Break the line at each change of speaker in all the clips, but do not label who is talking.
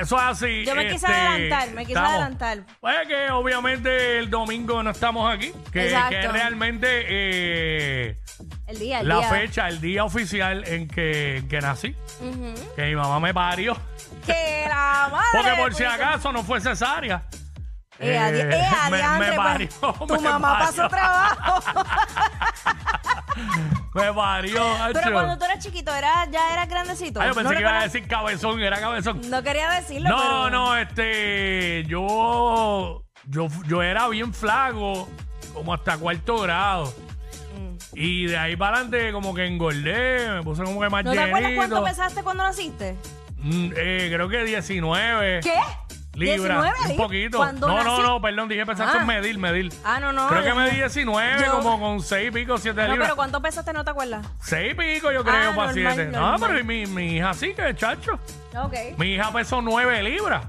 Eso es así. este,
Yo me quise adelantar, me quise adelantar.
Pues que obviamente el domingo no estamos aquí. Que,
Exacto.
que es realmente eh,
El día, el
la
día.
fecha, el día oficial en que, en que nací.
Ujú.
Que mi mamá me parió.
Que la madre.
Porque por
de
si
Quico.
acaso no fue cesárea.
Eh, adi-
Eh,
eh, adiantre,
me, me parió.
pues,
me
tu mamá
parió,
pasó trabajo.
Me parió.
Pero
acho.
cuando tú eras chiquito, era, ya eras grandecito.
Ay, yo pensé
no,
que iba a
reconoces-
decir cabezón, era cabezón.
no quería decirlo.
No,
pero-
no, este, yo, yo, yo era bien flaco, como hasta cuarto grado.
Mm.
Y de ahí para adelante como que engordé, me puse como que más
¿No te acuerdas cuánto pesaste cuando naciste?
Mm, eh, creo que 19
¿Qué?
libras.
19
un
libras.
poquito.
Cuando
no, no,
nací-
no, perdón, dije pesaste
Ah.
en medir, medir.
Ah, no, no.
creo que
yo-
medí 19,
yo-
como con 6 pico, 7
No,
libras.
pero ¿cuánto pesaste? No te acuerdas.
6 pico yo creo,
Ah,
para
normal,
7. No,
normal.
pero y mi, mi hija sí que, chacho.
Ok.
Mi hija pesó 9 libras.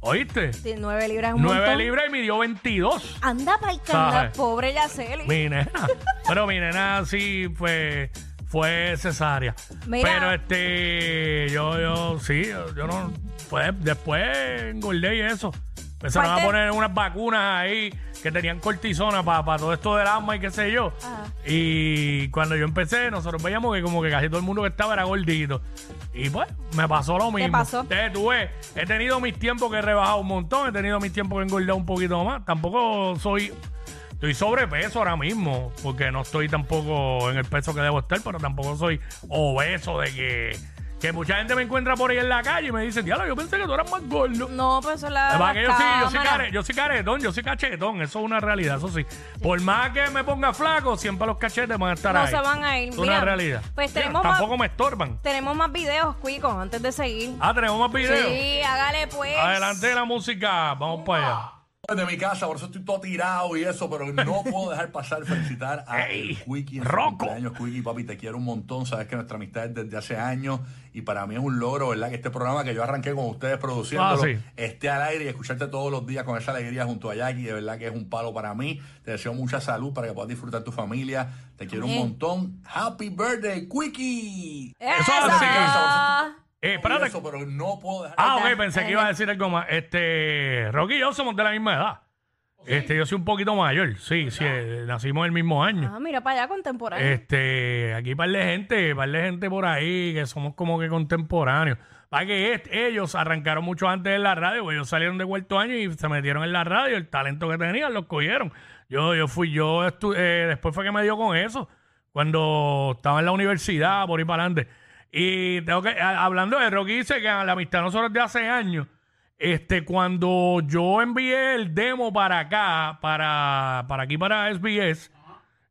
¿Oíste?
Sí, 9 libras es un
9
montón.
libras y midió 22.
Anda para el
¿Sabes?
canal, pobre Yaceli.
Mi nena. Pero mi nena sí fue, fue cesárea.
Mira.
Pero este, yo, yo, sí, yo, yo no. Pues, después engordé y eso. Empezaron
Parte-
a poner unas vacunas ahí que tenían cortisona para todo esto del asma y qué sé yo.
Ajá.
Y cuando yo empecé, nosotros veíamos que como que casi todo el mundo que estaba era gordito. Y pues, me pasó lo mismo.
pasó?
Entonces, tú ves, he tenido mis tiempos que he rebajado un montón, he tenido mis tiempos que he engordado un poquito más. Tampoco soy. Estoy sobrepeso ahora mismo, porque no estoy tampoco en el peso que debo estar, pero tampoco soy obeso de que, que mucha gente me encuentra por ahí en la calle y me dice, diablo, yo pensé que tú eras más gordo.
No, pues eso es la.
Además que yo, sí, yo, soy
cámara.
care- yo soy caretón, yo soy cachetón, eso es una realidad, eso sí. Por más que me ponga flaco, siempre los cachetes van a estar
No
ahí.
se van a ir.
Es
Mira,
una realidad.
pues
Mira,
tenemos
tampoco
más-
me estorban.
Tenemos más videos, Cuico, antes de seguir.
Ah, tenemos más videos.
Sí, hágale pues.
Adelante la música, vamos para allá.
de mi casa, por eso estoy todo tirado y eso, pero no puedo dejar pasar felicitar a
Ey,
el Quickie en su
Rocco.
cumpleaños. Quickie, papi, te quiero un montón. Sabes que nuestra amistad es desde hace años y para mí es un logro, ¿verdad? Que este programa que yo arranqué con ustedes produciéndolo
Ah, sí.
esté al aire y escucharte todos los días con esa alegría junto a Jackie, de verdad que es un palo para mí. Te deseo mucha salud para que puedas disfrutar tu familia. Te quiero
Amén.
un montón. Happy birthday, Quickie.
Eso
Eso
así.
Eh,
Y
espérate.
eso, pero no puedo dejar.
Ah,
Ahí
ok,
está,
pensé
ahí
que iba a
está.
decir algo más. Este, Rocky y yo somos de la misma edad. Este, yo soy un poquito mayor, sí, sí, eh, nacimos el mismo año.
Ah, mira para allá, contemporáneo.
Este, aquí par de gente, par de gente por ahí que somos como que contemporáneos. Para que est- ellos arrancaron mucho antes en la radio, porque ellos salieron de cuarto año y se metieron en la radio, el talento que tenían los cogieron. Yo, yo fui, yo estu- eh, después fue que me dio con eso, cuando estaba en la universidad, por ahí para adelante. Y tengo que, a- hablando de Rocky, dice que la amistad nosotros de hace años, este, cuando yo envié el demo para acá, para, para aquí, para SBS,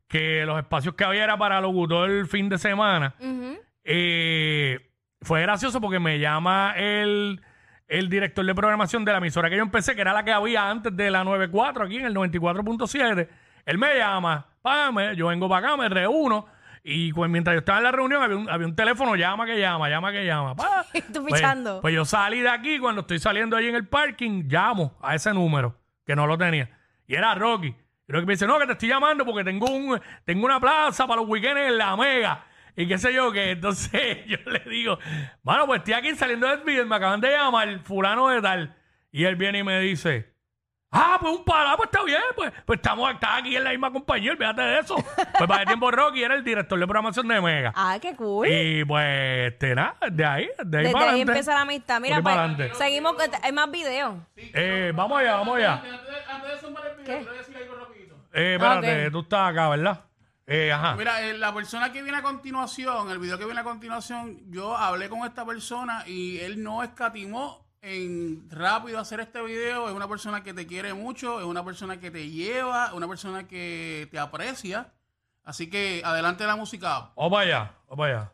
que los espacios que había era para locutor el fin de semana.
Ujú.
Eh, fue gracioso porque me llama el, el director de programación de la emisora que yo empecé, que era la que había antes de la 94, aquí en el 94.7. Él me llama, "Pa, me- yo vengo para acá, me reúno. Y cu- mientras yo estaba en la reunión, había un, había un teléfono, llama que llama, llama que llama. pa.
Tú
Pues-
pichando.
Pues, yo salí de aquí, cuando estoy saliendo ahí en el parking, llamo a ese número, que no lo tenía. Y era Rocky. Y Rocky me dice, no, que te estoy llamando porque tengo un, tengo una plaza para los weekends en la mega. Y qué sé yo, que entonces yo le digo, bueno, pues estoy aquí saliendo del video, me acaban de llamar fulano de tal. Y él viene y me dice, Ah, pues un pará, pues está bien, pues, pues estamos está aquí en la misma compañía, olvídate de eso. Pues para el tiempo Rocky era el director de programación de Mega.
Ah, qué cool.
Y pues, este, nada, de ahí, de ahí
Desde
para
ahí
adelante.
empieza la amistad. Mira,
Por ahí
pues,
para adelante.
seguimos. con- este, Hay más videos.
Eh, vamos allá, vamos allá.
¿Qué?
Eh, espérate,
ok.
tú estás acá, ¿verdad? Eh, ajá.
Mira, eh, la persona que viene a continuación, el video que viene a continuación, yo hablé con esta persona y él no escatimó en rápido hacer este video. Es una persona que te quiere mucho, es una persona que te lleva, es una persona que te aprecia. Así que adelante la música.
Vamos para allá, vamos para allá.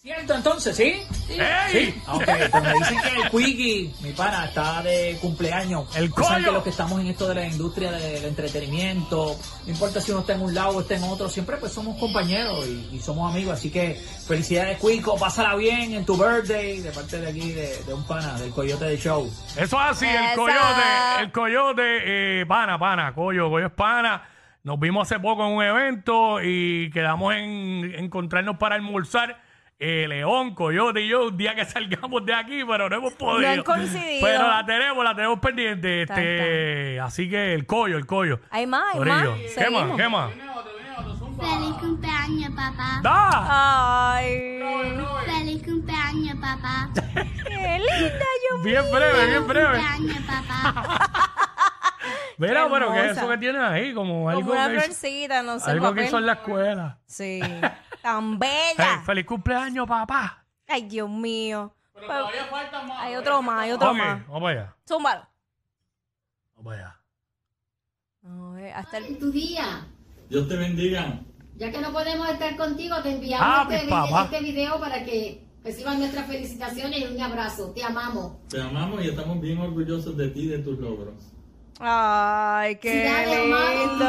Cierto entonces, ¿sí?
¡Ey!
Sí. Aunque pues me dicen que el Quiggy, mi pana, está de cumpleaños.
El
Ustedes saben
collo.
que los que estamos en esto de la industria de- del entretenimiento, no importa si uno está en un lado o está en otro, siempre pues somos compañeros y, y somos amigos. Así que felicidades, Quico, pásala bien en tu birthday de parte de aquí, de, de un pana, del Coyote de Show.
Eso es así, el
Esa.
coyote, el coyote, eh, pana, pana, coyo, coyo es pana. Nos vimos hace poco en un evento y quedamos en encontrarnos para almorzar. eh, León, Coyote y yo, un día que salgamos de aquí, pero no hemos podido.
han coincidido.
Pero la tenemos, la tenemos pendiente.
Tan,
Este, Así que el coyo, el coyo.
Hay más, hay más.
Corillo. ¿Qué
Seguimos.
más? ¿Qué más?
Feliz cumpleaños, papá.
¡Da!
Ay,
Feliz cumpleaños, papá.
qué linda yo.
Bien breve, bien breve.
Cumpleaños, papá.
Mira,
Qué
pero ¿qué es
hermosa.
eso que tienen ahí? Como algo,
Como una
que, hizo-
florcita, no sé.
algo que
papel.
hizo en la escuela.
Sí. Tan
Hey,
bella.
¡Feliz cumpleaños, papá!
Ay, Dios mío. Pero-
falta más. ¿eh?
hay otro más, hay otro
Ok,
más.
vamos allá.
Zúmbalo.
Vamos allá.
A ver, hasta el...
en tu día.
Dios te bendiga.
Ya que no podemos estar contigo, te enviamos
Ah,
este,
mi
vide-
papá.
este video para que reciban nuestras felicitaciones y un abrazo. Te amamos.
Te amamos y estamos bien orgullosos de ti y de tus logros.
Ay, qué
Felicidades, Omar, un
lindo.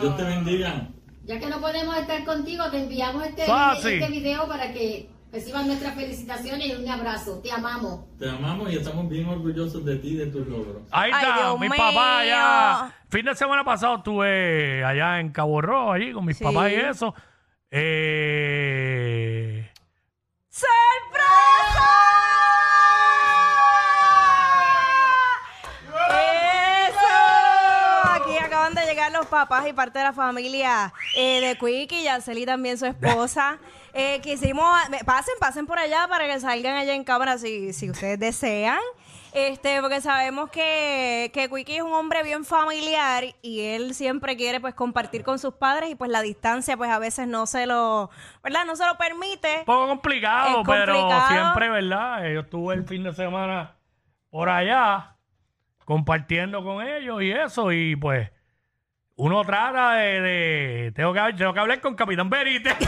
Dios te bendiga.
Ya que no podemos estar contigo, te enviamos este, vide-
Fácil.
este video para que reciban nuestras felicitaciones y un abrazo. Te amamos.
Te amamos y estamos bien orgullosos de ti y de tus logros.
Ahí
Ay,
está,
Dios
mi
mío.
papá allá. Fin de semana pasado estuve allá en Cabo Rojo, allí con mis
Sí.
papás y eso. Eh,
¡Sorpresa! ¡Eso! Aquí acaban de llegar los papás y parte de la familia eh, de Quickie, Yanceli también su esposa. Eh, quisimos, me- pasen, pasen por allá para que salgan allá en cámara si, si ustedes desean. Este, porque sabemos que, que Quickie es un hombre bien familiar y él siempre quiere pues compartir con sus padres y pues la distancia pues a veces no se lo, ¿verdad? No se lo permite.
un poco complicado,
Es
pero
complicado.
siempre, ¿verdad? Eh, Yo estuve el fin de semana por allá compartiendo con ellos y eso. Y pues uno trata de... de- tengo, que, tengo que hablar con Capitán Berite.
Eh,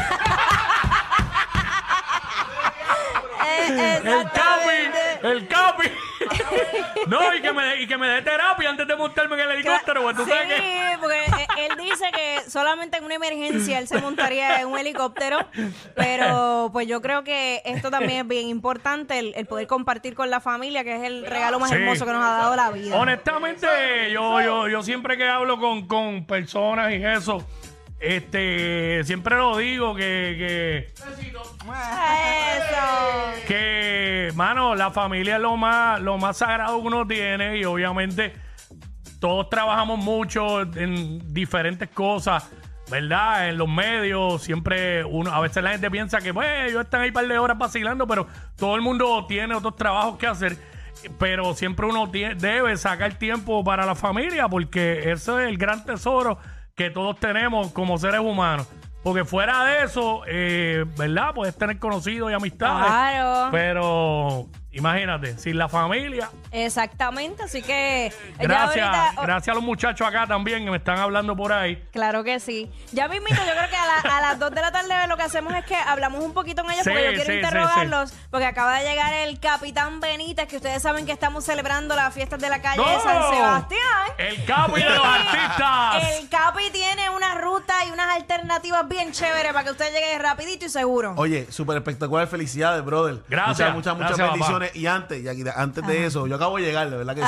El
exactamente.
Capi, el Capi. no, y que, me, dé- y que me dé terapia antes de montarme en el helicóptero. pues, ¿tú
sí,
sabes que-
porque eh, él dice que solamente en una emergencia él se montaría en un helicóptero, pero pues yo creo que esto también es bien importante, el, el poder compartir con la familia, que es el regalo más
Sí.
hermoso que nos ha dado la vida.
Honestamente, yo, yo, yo siempre que hablo con, con personas y eso, este, siempre lo digo que,
Eso.
que, que, mano, la familia es lo más, lo más sagrado que uno tiene y obviamente todos trabajamos mucho en diferentes cosas, ¿verdad? En los medios, siempre uno, a veces la gente piensa que, bueno, ellos están ahí un par de horas vacilando, pero todo el mundo tiene otros trabajos que hacer. Pero siempre uno tie- debe sacar tiempo para la familia, porque ese es el gran tesoro que todos tenemos como seres humanos. Porque fuera de eso, eh, ¿verdad? Puedes tener conocidos y amistades.
Claro.
Pero imagínate, sin la familia,
Exactamente, así que eh, ya
Gracias,
ahorita- oh,
gracias a los muchachos acá también que me están hablando por ahí.
Claro que sí. Ya mismito, yo creo que a, la- a las 2 de la tarde lo que hacemos es que hablamos un poquito con ellos
Sí,
porque yo
sí,
quiero
sí,
interrogarlos porque acaba de llegar el Capitán Benítez, que ustedes saben que estamos celebrando las fiestas de la calle de San Sebastián.
El capo y de los artistas.
El Capi tiene una ruta y unas alternativas bien chéveres para que usted llegue rapidito y seguro.
Oye, súper espectacular, felicidades, brother.
Gracias,
Muchas, muchas,
gracias,
muchas bendiciones. Y antes, Yakira, antes de eso, yo acabo de llegar, de verdad que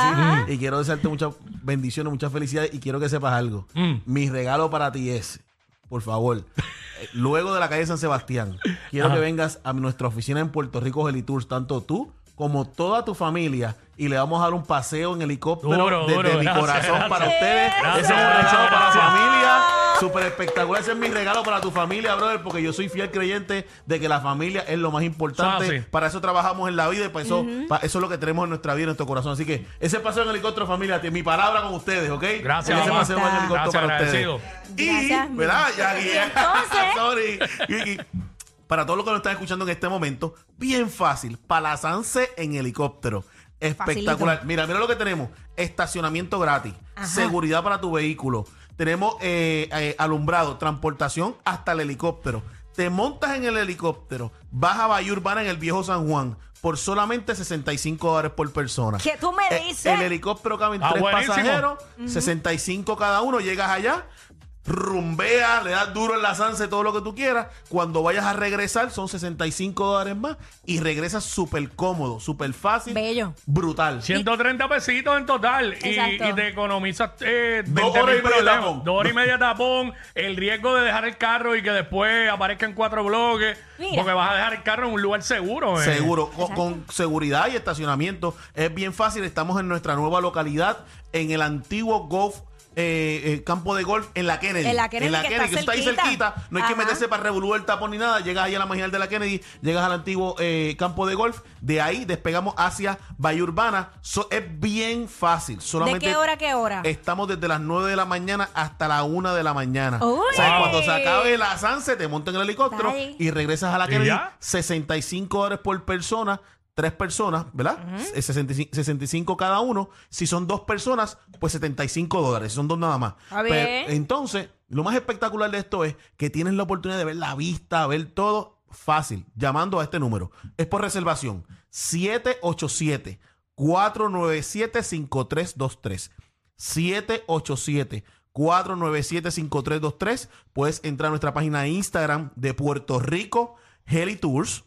sí. Y quiero desearte muchas bendiciones, muchas felicidades. Y quiero que sepas algo.
Mm.
Mi regalo para ti es, por favor, eh, luego de la calle San Sebastián, quiero que vengas a nuestra oficina en Puerto Rico Heli Tours, tanto tú como toda tu familia. Y le vamos a dar un paseo en helicóptero
Duro,
desde
duro,
mi
gracias,
corazón
gracias.
para ustedes. eh,
Gracias,
Ese es un
gracias, Ah,
regalo para la
gracias.
familia. Súper espectacular. Ese es mi regalo para tu familia, brother, porque yo soy fiel creyente de que la familia es lo más importante.
Eso es así.
Para eso trabajamos en la vida y para eso, para eso es lo que tenemos en nuestra vida, en nuestro corazón. Así que ese paseo en helicóptero, familia, te- mi palabra con ustedes, ¿ok?
Gracias,
Ese
mamá.
paseo en helicóptero
Gracias,
para
agradecido.
ustedes. Y,
Gracias, mi-
¿verdad? Ya,
Y
ya.
entonces-
Sorry. Y- y- para todos los que nos están escuchando en este momento, bien fácil. Palazance en helicóptero. Espectacular. Mira, mira lo que tenemos. Estacionamiento gratis. Seguridad para tu vehículo. Tenemos eh, eh, alumbrado, transportación hasta el helicóptero. te montas en el helicóptero, vas a Bahía Urbana en el viejo San Juan por solamente 65 dólares por persona.
¿Qué tú me
Eh,
dices?
El helicóptero caben
Ah,
tres
buenísimo.
pasajeros, 65 cada uno, llegas allá, rumbea, le das duro en la sanse, todo lo que tú quieras. Cuando vayas a regresar son 65 dólares más y regresas súper cómodo, súper fácil.
Bello.
Brutal.
130 pesitos en total y,
Exacto.
y te economizas eh, 20.000
Dos horas y media
problemas.
tapón.
Dos horas y media tapón, el riesgo de dejar el carro y que después aparezcan cuatro bloques,
Mira.
porque vas a dejar el carro en un lugar seguro.
Pues,
eh.
Seguro, co- con, seguridad y estacionamiento. Es bien fácil, estamos en nuestra nueva localidad, en el antiguo golf. eh, eh, campo de golf en la Kennedy.
En la Kennedy, que está
eso ahí
cerquita.
cerquita. No hay que
Ajá.
meterse para revolver el tapón ni nada. Llegas ahí a la marginal de la Kennedy, llegas al antiguo eh, campo de golf. De ahí despegamos hacia Bahía Urbana. So- es bien fácil. Solamente
¿De qué hora a qué hora?
Estamos desde las 9 de la mañana hasta la 1 de la mañana.
Uy.
O sea, cuando se acabe la sunset, te montan en el helicóptero
Está ahí.
y regresas a la
¿Y
Kennedy.
ya?
65 dólares por persona, tres personas, ¿verdad? Eh, 65, 65 cada uno. Si son dos personas, pues 75 dólares. Si son dos nada más.
Está bien.
entonces, lo más espectacular de esto es que tienes la oportunidad de ver la vista, ver todo fácil, llamando a este número. Es por reservación. 787 497 5323 787 497-5323. Puedes entrar a nuestra página de Instagram de Puerto Rico Heli Tours.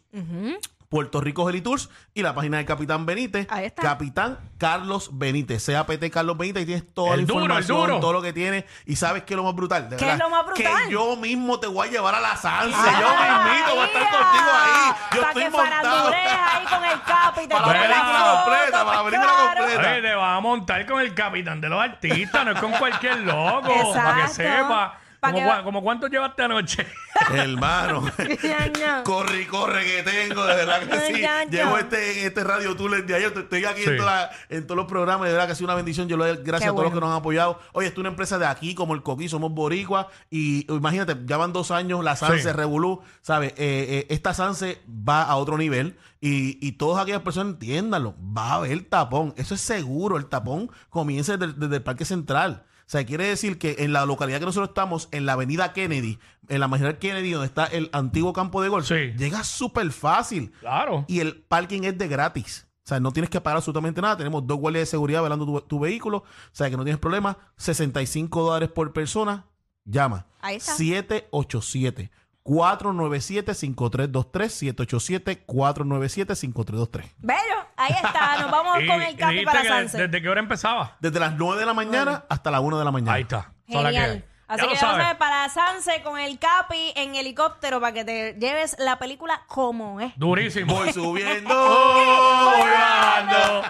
Puerto Rico Heli Tours y la página de Capitán Benítez.
Ahí está.
Capitán Carlos Benítez. CAPT Carlos Benítez. Y tienes toda
El
la
duro, el
información,
duro.
todo lo que tiene. Y sabes que es lo más brutal. De
¿Qué
verdad,
es lo más brutal?
Que yo mismo te voy a llevar a la salsa. yo
Ay,
mismito voy a estar
mira.
contigo ahí. Yo
Para
estoy
que
montado.
farandulees ahí con el capi y te
Para
la
tomes
película
foto,
completa, para la
pues,
película
claro.
completa.
Oye, te vas a montar con el capitán de los artistas, no es con cualquier loco, para que
Exacto.
sepa.
Pa'
Como,
que-
cua- como cuánto llevaste anoche?
Hermano.
Ñaña.
Corre, y corre que tengo, de verdad que sí.
Ya, ya.
Llevo este, este radio tour el de ayer, te- estoy aquí
Sí.
en, toda- en todos los programas, de verdad que ha sido una bendición. Yo le doy gracias
Qué
a todos los
bueno.
que nos han apoyado. Oye, esto es una empresa de aquí, como el Coquí, somos boricua y imagínate, ya van dos años, la Sanse
Sí.
Revolú, ¿sabes? Eh, eh, esta Sanse va a otro nivel y, y todas aquellas personas entiéndanlo, va a haber tapón, eso es seguro, el tapón comienza desde, desde el Parque Central. O sea, quiere decir que en la localidad que nosotros estamos, en la avenida Kennedy, en la marginal Kennedy, donde está el antiguo campo de golf,
Sí.
llega súper fácil.
Claro.
Y el parking es de gratis. O sea, no tienes que pagar absolutamente nada. Tenemos dos guardias de seguridad velando tu, tu vehículo. O sea, que no tienes problema. 65 dólares por persona. Llama.
Ahí está.
787 497 5323 787 497 5323
Bello, ahí está. Nos vamos con el capi para
que
Sanse.
desde qué hora empezaba.
Desde las 9 de la mañana hasta la 1 de la mañana.
Ahí está. Esa es la que hay.
Genial. Así
ya lo
que ya lo sabes,
sabes.
para Sanse con el Capi en helicóptero para que te lleves la película como es.
Durísimo.
Voy subiendo.
Oh,
voy bajando.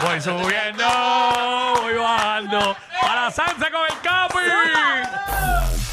Voy subiendo, voy bajando. Para Sanse con el Capi.